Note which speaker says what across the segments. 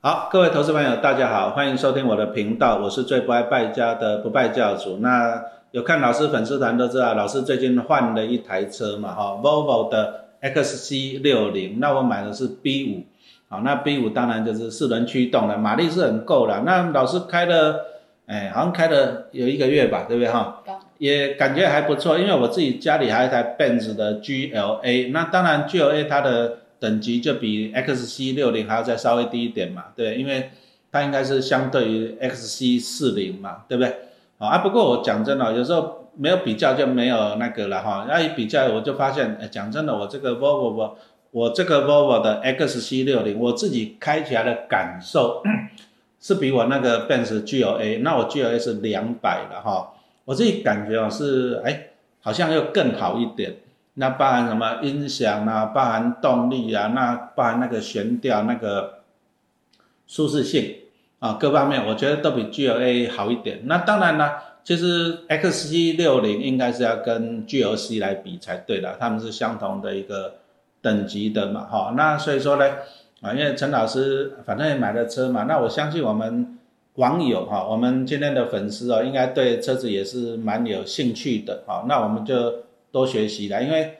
Speaker 1: 好，各位投资朋友，大家好，欢迎收听我的频道，我是最不爱败家的不败教主。那有看老师粉丝团都知道，老师最近换了一台车嘛，哈、v o v o 的 XC 六零，那我买的是 B 五，好，那 B 五当然就是四轮驱动了，马力是很够了。那老师开了，哎，好像开了有一个月吧，对不对哈？也感觉还不错，因为我自己家里还有一台 Benz 的 GLA，那当然 GLA 它的等级就比 XC 六零还要再稍微低一点嘛，对，因为它应该是相对于 XC 四零嘛，对不对？好啊，不过我讲真的，有时候没有比较就没有那个了哈，那一比较我就发现，哎，讲真的，我这个 Volvo 我我这个 Volvo 的 XC 六零，我自己开起来的感受 是比我那个 Benz GLA，那我 GLA 是两百了哈。我自己感觉哦是哎，好像又更好一点。那包含什么音响啊，包含动力啊，那包含那个悬吊那个舒适性啊，各方面我觉得都比 GLA 好一点。那当然啦，其实 XC 六零应该是要跟 GLC 来比才对的，他们是相同的一个等级的嘛，哈、那所以说呢，啊，因为陈老师反正也买了车嘛，那我相信我们。网友哈，我们今天的粉丝哦，应该对车子也是蛮有兴趣的哈。那我们就多学习啦，因为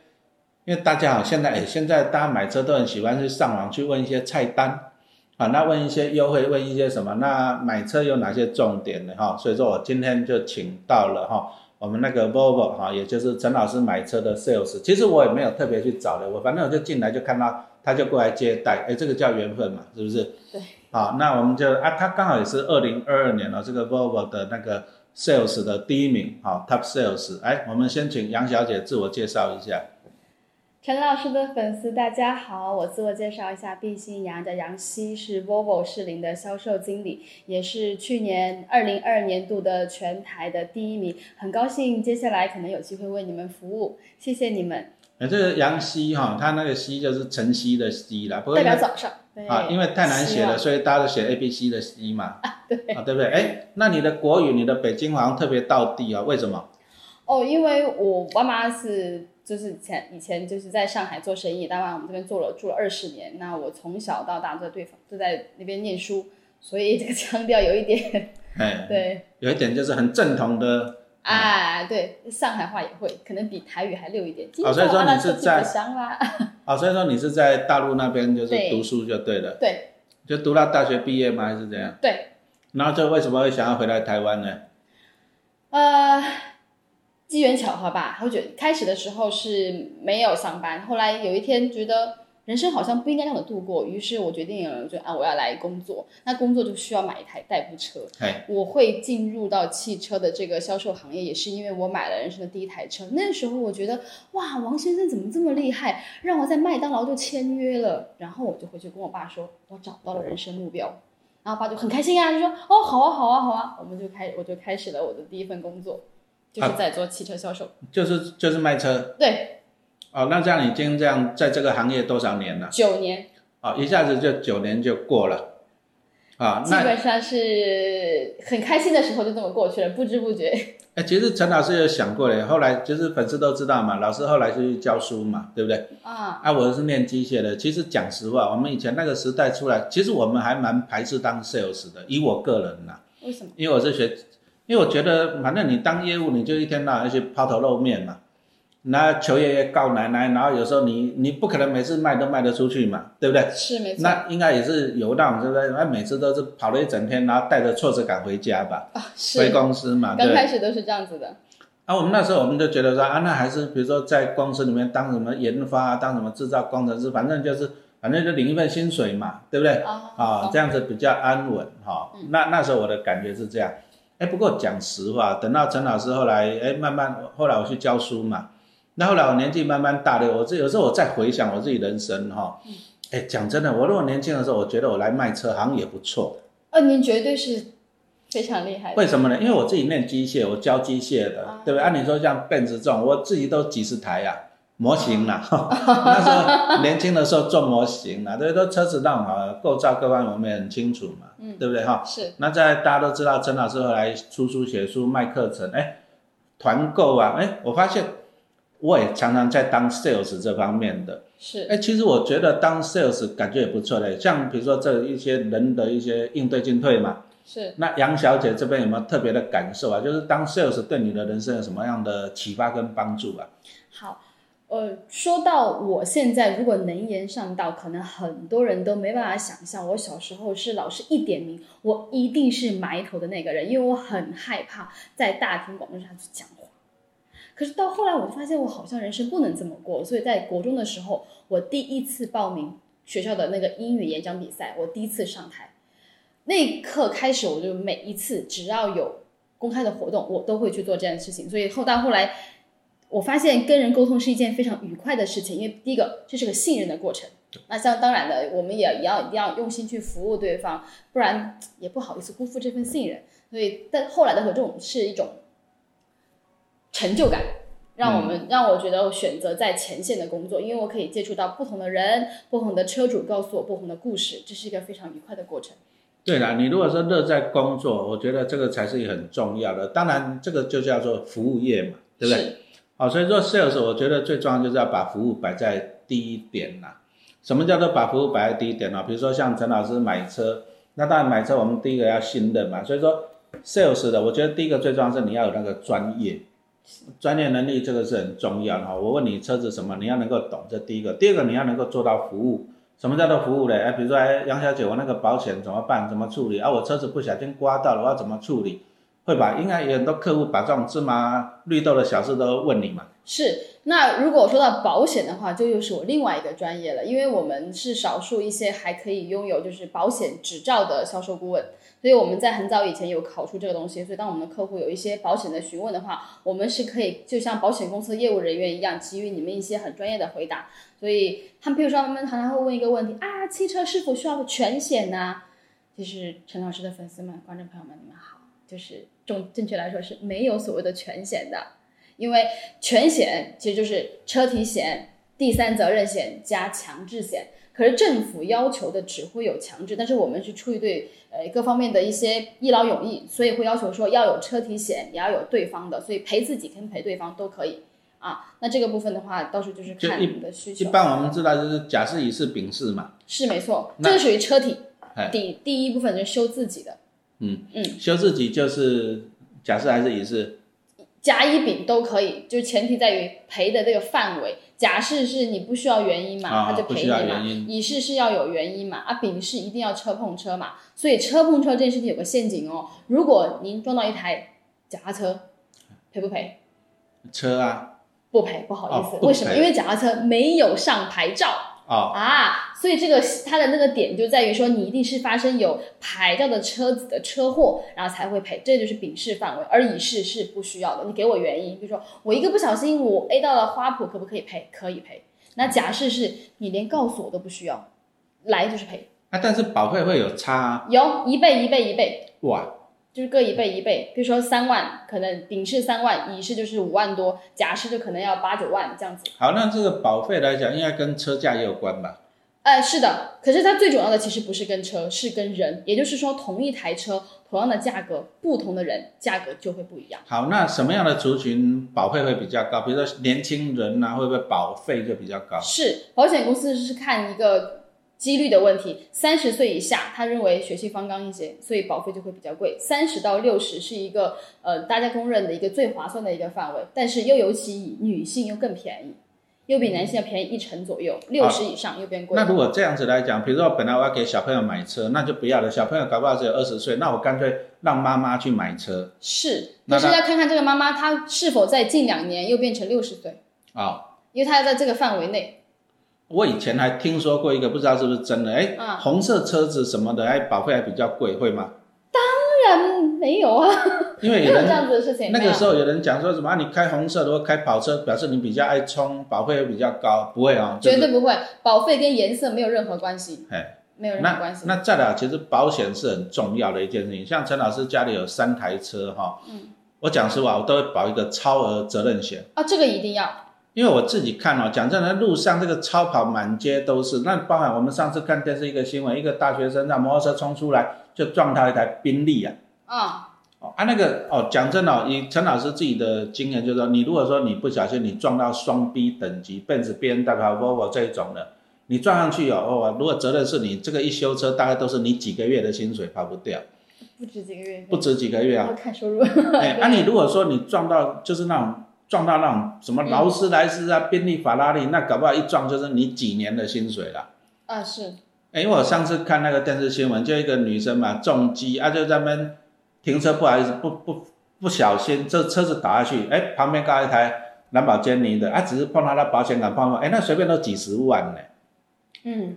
Speaker 1: 因为大家好，现在哎，现在大家买车都很喜欢去上网去问一些菜单啊，那问一些优惠，问一些什么？那买车有哪些重点呢？哈，所以说我今天就请到了哈，我们那个 Volvo 哈，也就是陈老师买车的 sales，其实我也没有特别去找的，我反正我就进来就看到他就过来接待，哎，这个叫缘分嘛，是不是？
Speaker 2: 对，
Speaker 1: 好，那我们就啊，它刚好也是二零二二年了、这个 Volvo 的那个 sales 的第一名，好，Top Sales。哎，我们先请杨小姐自我介绍一下。
Speaker 2: 陈老师的粉丝大家好，我自我介绍一下，毕姓杨，叫杨希，是 Volvo 士林的销售经理，也是去年二零二年度的全台的第一名，很高兴接下来可能有机会为你们服务，谢谢你们，
Speaker 1: 哎，这个杨希哈，她那个希就是晨曦的希啦，不过
Speaker 2: 代
Speaker 1: 因
Speaker 2: 表
Speaker 1: 为
Speaker 2: 早上，对，
Speaker 1: 啊，因为太难写了，
Speaker 2: 希
Speaker 1: 所以大家都写 A B C 的 C 嘛，
Speaker 2: 望， 对。
Speaker 1: 啊，对不对？哎，那你的国语，你的北京好像特别到地啊、为什么？
Speaker 2: 哦，因为我爸妈是就是前以前就是在上海做生意，当然我们这边做了住了二十年。那我从小到大都在对方都在那边念书，所以这个腔调有一点
Speaker 1: 哎，
Speaker 2: 对，
Speaker 1: 有一点就是很正统的，
Speaker 2: 啊，对，上海话也会，可能比台语还溜一点。
Speaker 1: 哦所以说你是在
Speaker 2: 香啦，
Speaker 1: 啊，所以说你是在大陆那边就是
Speaker 2: 对
Speaker 1: 读书就对了，
Speaker 2: 对
Speaker 1: 就读到大学毕业吗？还是怎样？
Speaker 2: 对，
Speaker 1: 然后就为什么会想要回来台湾呢？
Speaker 2: 呃，机缘巧合吧。我觉得开始的时候是没有上班，后来有一天觉得人生好像不应该这样的度过，于是我决定了，就啊我要来工作。那工作就需要买一台代步车，
Speaker 1: 嘿，
Speaker 2: 我会进入到汽车的这个销售行业，也是因为我买了人生的第一台车。那时候我觉得，哇，王先生怎么这么厉害，让我在麦当劳就签约了。然后我就回去跟我爸说，我找到了人生目标。然后我爸就很开心啊，就说，哦，好啊，好啊，好啊。我们就开，我就开始了我的第一份工作，就是在做汽车销售。
Speaker 1: 就是就是卖车
Speaker 2: 对，
Speaker 1: 哦。那这样已经这样在这个行业多少年了？
Speaker 2: 九年，
Speaker 1: 哦，一下子就九年就过了啊、
Speaker 2: 基
Speaker 1: 那
Speaker 2: 本上是很开心的时候就这么过去了，不知不觉。
Speaker 1: 哎，其实陈老师有想过嘞，后来就是粉丝都知道嘛，老师后来就去教书嘛，对不对？
Speaker 2: 啊，
Speaker 1: 啊，我是念机械的。其实讲实话，我们以前那个时代出来，其实我们还蛮排斥当 sales 的，以我个人呐、
Speaker 2: 为什么？
Speaker 1: 因为我是学，因为我觉得反正你当业务，你就一天到晚要去抛头露面嘛，那求爷爷告奶奶，然后有时候你你不可能每次卖都卖得出去嘛，对不对？
Speaker 2: 是没错。
Speaker 1: 那应该也是有那种，对不对？那每次都是跑了一整天，然后带着挫折感回家吧，
Speaker 2: 啊，
Speaker 1: 回
Speaker 2: 是
Speaker 1: 公司嘛，对
Speaker 2: 刚
Speaker 1: 不对。
Speaker 2: 开始都是这样子的。
Speaker 1: 啊，我们那时候我们就觉得说啊，那还是比如说在公司里面当什么研发啊，当什么制造工程师，反正就是反正就领一份薪水嘛，对不对？
Speaker 2: 啊
Speaker 1: 啊，
Speaker 2: 懂
Speaker 1: 这样子比较安稳哈、那那时候我的感觉是这样，哎，不过讲实话，等到陈老师后来，哎，慢慢后来我去教书嘛，那后来我年纪慢慢大了，我自有时候我再回想我自己人生哈、哎，讲真的，我如果年轻的时候，我觉得我来卖车好像也不错，
Speaker 2: 呃，您绝对是非常厉害的。
Speaker 1: 为什么呢？因为我自己念机械，我教机械的，
Speaker 2: 啊
Speaker 1: 对不对？按、理说像奔驰这种，我自己都几十台呀、模型啦， 那时候年轻的时候做模型啦，对不对？都车子那种啊，构造各方面我们也很清楚嘛，
Speaker 2: 嗯
Speaker 1: 对不对哈？
Speaker 2: 是
Speaker 1: 那在大家都知道，陈老师后来出书写书卖课程，哎，团购啊，哎，我发现我也常常在当 sales 这方面的。
Speaker 2: 是，
Speaker 1: 哎，其实我觉得当 sales 感觉也不错嘞，像比如说这一些人的一些应对进退嘛。
Speaker 2: 是，
Speaker 1: 那杨小姐这边有没有特别的感受啊？就是当 sales 对你的人生有什么样的启发跟帮助啊？
Speaker 2: 好。呃，说到我现在如果能言善道，可能很多人都没办法想象，我小时候是老师一点名，我一定是埋头的那个人，因为我很害怕在大庭广众下去讲话。可是到后来，我就发现我好像人生不能这么过，所以在国中的时候，我第一次报名学校的那个英语演讲比赛，我第一次上台，那一刻开始，我就每一次只要有公开的活动，我都会去做这件事情。所以后到后来，我发现跟人沟通是一件非常愉快的事情，因为第一个这是个信任的过程。那像当然的，我们也要一定要用心去服务对方，不然也不好意思辜负这份信任。所以，但后来的合众是一种成就感，让我们、
Speaker 1: 嗯
Speaker 2: 让我觉得我选择在前线的工作，因为我可以接触到不同的人、不同的车主，告诉我不同的故事，这是一个非常愉快的过程。
Speaker 1: 对啦，你如果说乐在工作，我觉得这个才是很重要的。当然，这个就叫做服务业嘛，对不对？
Speaker 2: 是
Speaker 1: 好，啊所以做 sales，我觉得最重要就是要把服务摆在第一点啦。什么叫做把服务摆在第一点呢？比如说像陈老师买车，那当然买车我们第一个要信任嘛。所以说 sales 的，我觉得第一个最重要是你要有那个专业，专业能力这个是很重要的哈。我问你车子什么，你要能够懂，这第一个。第二个你要能够做到服务。什么叫做服务嘞？哎，比如说哎，杨小姐，我那个保险怎么办？怎么处理？啊，我车子不小心刮到了，我要怎么处理？会吧？应该有很多客户把这种芝麻绿豆的小事都问你嘛。
Speaker 2: 是，那如果说到保险的话，就又是我另外一个专业了，因为我们是少数一些还可以拥有就是保险执照的销售顾问，所以我们在很早以前有考出这个东西，所以当我们的客户有一些保险的询问的话，我们是可以就像保险公司的业务人员一样，给予你们一些很专业的回答。所以他们，譬如说他们常常会问一个问题啊，汽车是否需要全险呐、其实陈老师的粉丝们、观众朋友们，你们好，就是正正确来说是没有所谓的全险的。因为全险其实就是车体险、第三责任险加强制险。可是政府要求的只会有强制，但是我们是出于对呃各方面的一些一劳永逸，所以会要求说要有车体险，也要有对方的，所以赔自己跟赔对方都可以啊。那这个部分的话，到时候就是
Speaker 1: 就
Speaker 2: 看
Speaker 1: 一
Speaker 2: 你们的需
Speaker 1: 一
Speaker 2: 求，
Speaker 1: 般我们知道就是甲是乙是丙是嘛，
Speaker 2: 是没错，
Speaker 1: 那
Speaker 2: 这个属于车体
Speaker 1: 哎。
Speaker 2: 第第一部分就是修自己的，
Speaker 1: 修自己就是甲是还是乙是？
Speaker 2: 甲乙丙都可以，就前提在于赔的这个范围。甲是是你不需要原因嘛，
Speaker 1: 啊
Speaker 2: 他就
Speaker 1: 不
Speaker 2: 赔
Speaker 1: 需
Speaker 2: 你
Speaker 1: 要
Speaker 2: 嘛
Speaker 1: 原。因
Speaker 2: 乙是是要有原因嘛，啊丙是一定要车碰车嘛。所以车碰车这件事情有个陷阱哦，如果您撞到一台脚踏车，赔不赔？
Speaker 1: 车啊，
Speaker 2: 不赔，不好意思，
Speaker 1: 哦不
Speaker 2: 为什么？
Speaker 1: 赔
Speaker 2: 因为脚踏车没有上牌照。
Speaker 1: 哦，
Speaker 2: 啊，所以这个它的那个点就在于说，你一定是发生有牌照的车子的车祸，然后才会赔，这就是丙式范围，而乙式是不需要的。你给我原因，比如说我一个不小心我 A 到了花圃，可不可以赔？可以赔。那甲式是你连告诉我都不需要，来就是赔，
Speaker 1: 啊，但是保费会有差、啊，
Speaker 2: 有一倍一倍一倍，
Speaker 1: 哇，
Speaker 2: 就是各一倍一倍。比如说三万，可能丙式三万，乙式就是五万多，甲式就可能要八九万这样子。
Speaker 1: 好，那这个保费来讲，应该跟车价也有关吧？
Speaker 2: 呃，是的，可是它最主要的其实不是跟车，是跟人。也就是说，同一台车，同样的价格，不同的人价格就会不一样。
Speaker 1: 好，那什么样的族群保费会比较高？比如说年轻人啊，会不会保费就比较高？
Speaker 2: 是保险公司是看一个几率的问题，三十岁以下，他认为血气方刚一些，所以保费就会比较贵。三十到六十是一个呃大家公认的一个最划算的一个范围，但是又尤其以女性又更便宜，又比男性要便宜一成左右，六十以上又变贵。
Speaker 1: 那如果这样子来讲，比如说本来我要给小朋友买车，那就不要了，小朋友搞不好只有二十岁，那我干脆让妈妈去买车
Speaker 2: 是，
Speaker 1: 那
Speaker 2: 但是
Speaker 1: 他
Speaker 2: 要看看这个妈妈她是否在近两年又变成六十岁。
Speaker 1: 啊、
Speaker 2: 因为它要在这个范围内。
Speaker 1: 我以前还听说过一个，不知道是不是真的，哎、
Speaker 2: 嗯
Speaker 1: 红色车子什么的，哎，保费还比较贵，会 吗？
Speaker 2: 当然没有啊，
Speaker 1: 因为
Speaker 2: 没
Speaker 1: 有
Speaker 2: 有这
Speaker 1: 人
Speaker 2: 样子的事情。
Speaker 1: 那
Speaker 2: 没有
Speaker 1: 个时候有人讲说什么、啊你开红色的或开跑车，表示你比较爱冲，保费会比较高，不会啊、就是
Speaker 2: 绝对不会，保费跟颜色没有任何关系，
Speaker 1: 哎，
Speaker 2: 没有任何
Speaker 1: 那
Speaker 2: 关系。
Speaker 1: 那再来，其实保险是很重要的一件事情。像陈老师家里有三台车哈，
Speaker 2: 嗯，
Speaker 1: 我讲实话，我都会保一个超额责任险。
Speaker 2: 啊，这个一定要
Speaker 1: 因为我自己看哦，讲真的，路上这个超跑满街都是。那包含我们上次看电视一个新闻，一个大学生让摩托车冲出来，就撞到一台宾利啊。
Speaker 2: 啊，
Speaker 1: 哦啊，那个哦，讲真的哦，以陈老师自己的经验，就是说，你如果说你不小心你撞到双 B 等级奔驰、B N W、Volvo 这一种的，你撞上去哦，哦，如果责任是你，这个一修车大概都是你几个月的薪水跑不掉，
Speaker 2: 不止几个月，
Speaker 1: 不止几个月啊
Speaker 2: 要。看收入。
Speaker 1: 哎，啊，你如果说你撞到就是那种撞到那种什么劳斯莱斯啊、宾利、法拉利，那搞不好一撞就是你几年的薪水啦。
Speaker 2: 啊，是，
Speaker 1: 哎，因为我上次看那个电视新闻，就一个女生嘛重击啊，就在那边停车，不好意思，不不不小心，这车子倒下去，哎，旁边刚一台兰博基尼的，啊，只是碰到她保险杆碰到，哎，那随便都几十万呢。
Speaker 2: 嗯，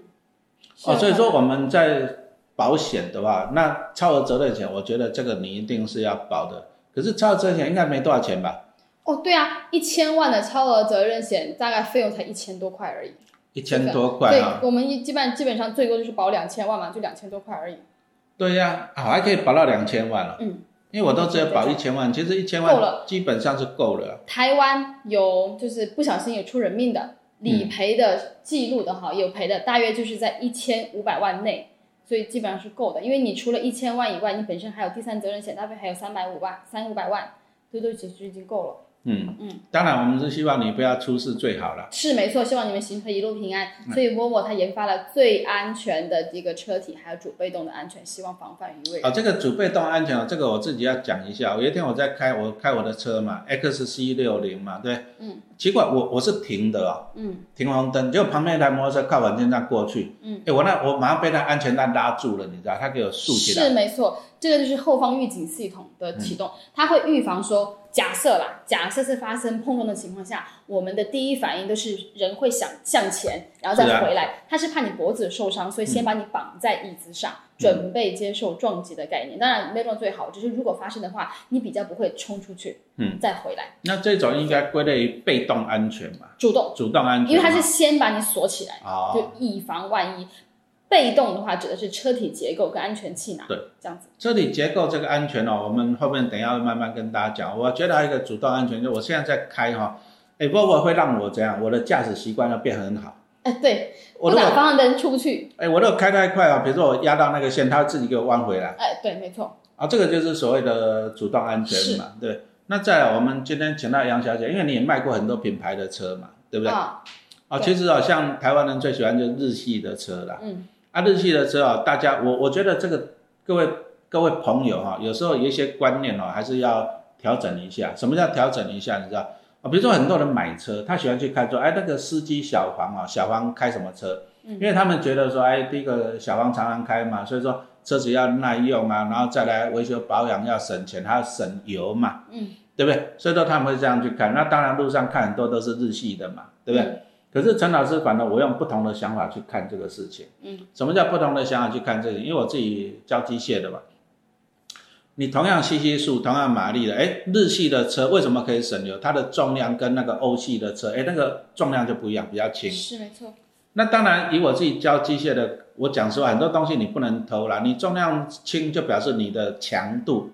Speaker 1: 哦，
Speaker 2: 是
Speaker 1: 所以说我们在保险的话，那超额责任险，我觉得这个你一定是要保的。可是超额责任险应该没多少钱吧？
Speaker 2: 哦，对啊，一千万的超额责任险大概费用才一千多块而已。
Speaker 1: 一千多块
Speaker 2: 对
Speaker 1: 啊，，
Speaker 2: 我们一基本基本上最多就是保两千万嘛，就两千多块而已。
Speaker 1: 对呀、啊，还可以保到两千万了、哦
Speaker 2: 嗯，
Speaker 1: 因为我都只有保一千万，其实一千万
Speaker 2: 够了
Speaker 1: 基本上是够了。啊
Speaker 2: 台湾有就是不小心也出人命的，理赔的记录的哈，有赔的，大约就是在一千五百万内，所以基本上是够的。因为你除了一千万以外，你本身还有第三责任险，大约还有三百五万、三五百万，这都其实已经够了。
Speaker 1: 嗯
Speaker 2: 嗯，
Speaker 1: 当然我们是希望你不要出事最好了。
Speaker 2: 是没错，希望你们行车一路平安。所以 Volvo 它研发了最安全的一个车体，还有主被动的安全，希望防范于未
Speaker 1: 啊、
Speaker 2: 然。
Speaker 1: 这个主被动安全哦，这个我自己要讲一下。有一天我在开我开我的车嘛，XC 六零嘛，对，
Speaker 2: 嗯，
Speaker 1: 奇怪我我是停的哦，
Speaker 2: 嗯
Speaker 1: 停红灯，结果旁边一台摩托车靠反方向过去，
Speaker 2: 嗯，
Speaker 1: 哎，我那我马上被那安全带拉住了，你知道，他给我竖起来，
Speaker 2: 是没错，这个就是后方预警系统的启
Speaker 1: 嗯
Speaker 2: 动，它会预防说，假设啦，假设是发生碰撞的情况下，我们的第一反应都是人会想向前，然后
Speaker 1: 是
Speaker 2: 再
Speaker 1: 啊
Speaker 2: 回来。它是怕你脖子受伤，所以先把你绑在椅子
Speaker 1: 嗯
Speaker 2: 上，准备接受撞击的概念。当然没撞最好，只是如果发生的话，你比较不会冲出去，
Speaker 1: 嗯，
Speaker 2: 再回来，
Speaker 1: 那这种应该归类于被动安全嘛，
Speaker 2: 主动，
Speaker 1: 主动安全嘛，
Speaker 2: 因为它是先把你锁起来。
Speaker 1: 哦
Speaker 2: 就，以防万一。被动的话指的是车体结构跟安全气囊，
Speaker 1: 对，
Speaker 2: 这样子。
Speaker 1: 这里结构这个安全哦，我们后面等一下慢慢跟大家讲。我觉得还有一个主动安全，就我现在在开哈、哎 v o v o 会让我怎样？我的驾驶习惯要变很好。
Speaker 2: 哎，对，
Speaker 1: 我
Speaker 2: 不
Speaker 1: 如
Speaker 2: 打
Speaker 1: 果
Speaker 2: 方向灯出不去。
Speaker 1: 哎，我如果开太快哦，比如说我压到那个线，它会自己给我弯回来
Speaker 2: 哎，对，没错。
Speaker 1: 啊，这个就是所谓的主动安全嘛，对。那再来，我们今天请到杨小姐，因为你也卖过很多品牌的车嘛，对不对？啊、
Speaker 2: 啊，对
Speaker 1: 其实哦，像台湾人最喜欢就是日系的车啦，
Speaker 2: 嗯，
Speaker 1: 啊，日系的车啊，大家我我觉得这个各位各位朋友哈、有时候有一些观念哦，还是要调整一下。什么叫调整一下？你知道啊？比如说很多人买车，他喜欢去看说，哎，那个司机小黄啊，小黄开什么车？
Speaker 2: 嗯
Speaker 1: 因为他们觉得说，哎，第一个小黄常常开嘛，所以说车子要耐用啊，然后再来维修保养要省钱，还要省油嘛，
Speaker 2: 嗯，
Speaker 1: 对不对？所以说他们会这样去看。那当然路上看很多都是日系的嘛，对不对？
Speaker 2: 嗯
Speaker 1: 可是陈老师反而我用不同的想法去看这个事情。
Speaker 2: 嗯，
Speaker 1: 什么叫不同的想法去看这个？因为我自己教机械的嘛，你同样吸吸数，同样马力的，哎，日系的车为什么可以省油？它的重量跟那个欧系的车，哎，那个重量就不一样，比较轻。
Speaker 2: 嗯是没错。
Speaker 1: 那当然，以我自己教机械的，我讲实话，很多东西你不能偷啦。你重量轻就表示你的强度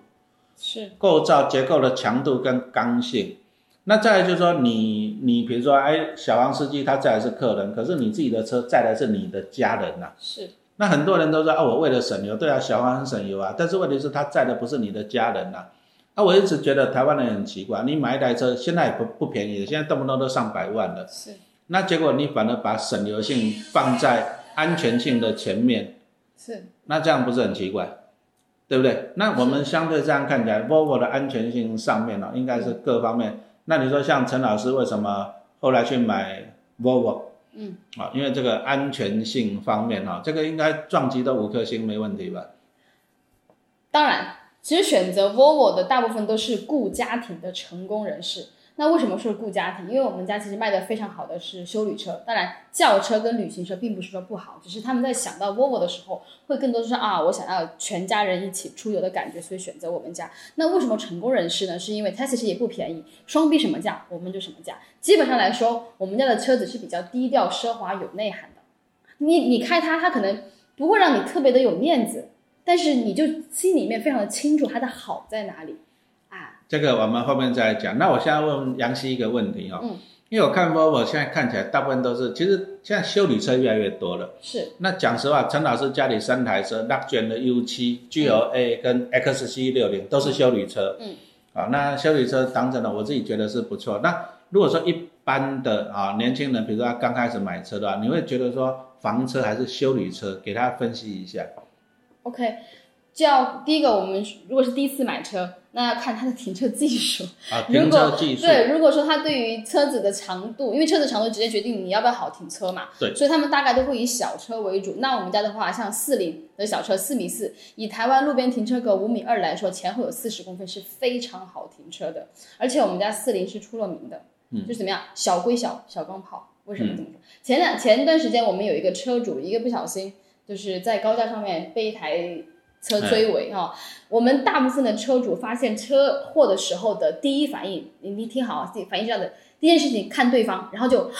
Speaker 2: 是，
Speaker 1: 构造结构的强度跟刚性。那再来就是说你，你比如说，哎，小王司机他载的是客人，可是你自己的车载的是你的家人啊呐、
Speaker 2: 是，
Speaker 1: 那很多人都说，啊，我为了省油，对啊，小王很省油啊，但是问题是他载的不是你的家人呐、啊。我一直觉得台湾人很奇怪，你买一台车现在也不不便宜，现在动不动都上百万了，
Speaker 2: 是，
Speaker 1: 那结果你反而把省油性放在安全性的前面，
Speaker 2: 是，
Speaker 1: 那这样不是很奇怪，对不对？那我们相对这样看起来，Volvo 的安全性上面呢、应该是各方面。那你说像陈老师为什么后来去买 Volvo
Speaker 2: 嗯，
Speaker 1: 啊？因为这个安全性方面哈、这个应该撞击到五颗星没问题吧？
Speaker 2: 当然，其实选择 Volvo 的大部分都是顾家庭的成功人士。那为什么说顾家庭？因为我们家其实卖的非常好的是修旅车，当然轿车跟旅行车并不是说不好，只是他们在想到 Volvo 的时候，会更多是啊，我想要全家人一起出游的感觉，所以选择我们家。那为什么成功人士呢？是因为它其实也不便宜，双 B 什么价我们就什么价。基本上来说，我们家的车子是比较低调、奢华、有内涵的。你你开它，它可能不会让你特别的有面子，但是你就心里面非常的清楚它的好在哪里啊。
Speaker 1: 这个我们后面再讲。那我现在问杨希一个问题哦，
Speaker 2: 嗯
Speaker 1: 因为我看 Volvo 现在看起来大部分都是，其实现在修理车越来越多了。
Speaker 2: 是
Speaker 1: 那讲实话，陈老师家里三台车，拉卷的 U 七、GLA 跟 XC 六零都是修理车。
Speaker 2: 嗯，
Speaker 1: 啊，那修理车当真的，我自己觉得是不错。那如果说一般的啊年轻人，比如说他刚开始买车的话，你会觉得说房车还是修理车？给他分析一下。
Speaker 2: OK。就要第一个，我们如果是第一次买车，那要看它的停车技术。
Speaker 1: 啊，
Speaker 2: 如
Speaker 1: 停车
Speaker 2: 果
Speaker 1: 技术
Speaker 2: 对，如果说它对于车子的长度，因为车子长度直接决定你要不要好停车嘛，
Speaker 1: 对
Speaker 2: 所以他们大概都会以小车为主。那我们家的话，像四零的小车四米四，以台湾路边停车格五米二来说，前后有四十公分是非常好停车的。而且我们家四零是出了名的，
Speaker 1: 嗯
Speaker 2: 就是怎么样，小归小，小钢炮。为什么这么说？前两前段时间我们有一个车主，一个不小心就是在高架上面被一台车
Speaker 1: 哎
Speaker 2: 追尾哈、我们大部分的车主发现车祸的时候的第一反应，你你听好啊，自己反应是这样的：第一件事情看对方，然后就， 啊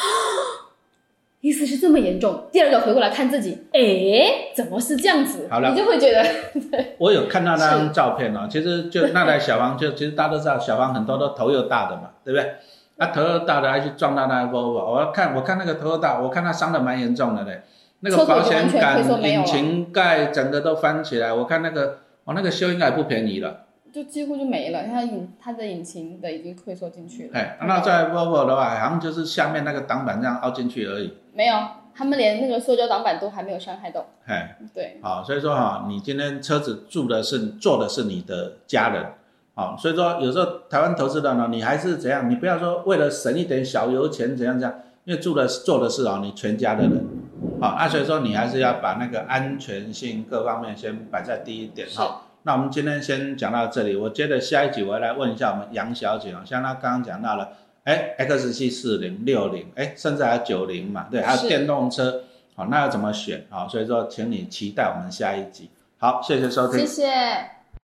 Speaker 2: 意思是这么严重；第二个回过来看自己，哎，怎么是这样子？
Speaker 1: 好了
Speaker 2: 你就会觉得
Speaker 1: 我有看到那张照片哦，其实 就那台小黄，就其实大家都知道，小黄很多都头又大的嘛，对不对？啊，头又大的还去撞到那 Volvo，我看我看那个头又大，我看他伤的蛮严重的嘞，那个
Speaker 2: 车头
Speaker 1: 保险杆
Speaker 2: 完全退缩、没有
Speaker 1: 引
Speaker 2: 了
Speaker 1: 擎盖整个都翻起来，我看那个我、那个修应该也不便宜了。
Speaker 2: 就几乎就没了，它引它的引擎的已经退缩进去了。
Speaker 1: 哎，那在 Volvo 的话，好像就是下面那个挡板这样凹进去而已。
Speaker 2: 没有，他们连那个塑胶挡板都还没有伤害到。
Speaker 1: 哎，
Speaker 2: 对，
Speaker 1: 好、所以说哈、你今天车子住的是坐的是你的家人，好、所以说有时候台湾投资人呢，你还是怎样，你不要说为了省一点小油钱怎样怎样，因为住的是做的是哦你全家的人，
Speaker 2: 嗯
Speaker 1: 好、那所以说你还是要把那个安全性各方面先摆在第一点
Speaker 2: 是
Speaker 1: 哈、那我们今天先讲到这里，我接着下一集我要来问一下我们杨小姐哦，像她刚刚讲到了，哎，X 七四零六零，哎，甚至还有九零嘛，对，还有
Speaker 2: 是
Speaker 1: 电动车，好、那要怎么选啊、好所以说，请你期待我们下一集。好，谢谢收听
Speaker 2: 谢。谢。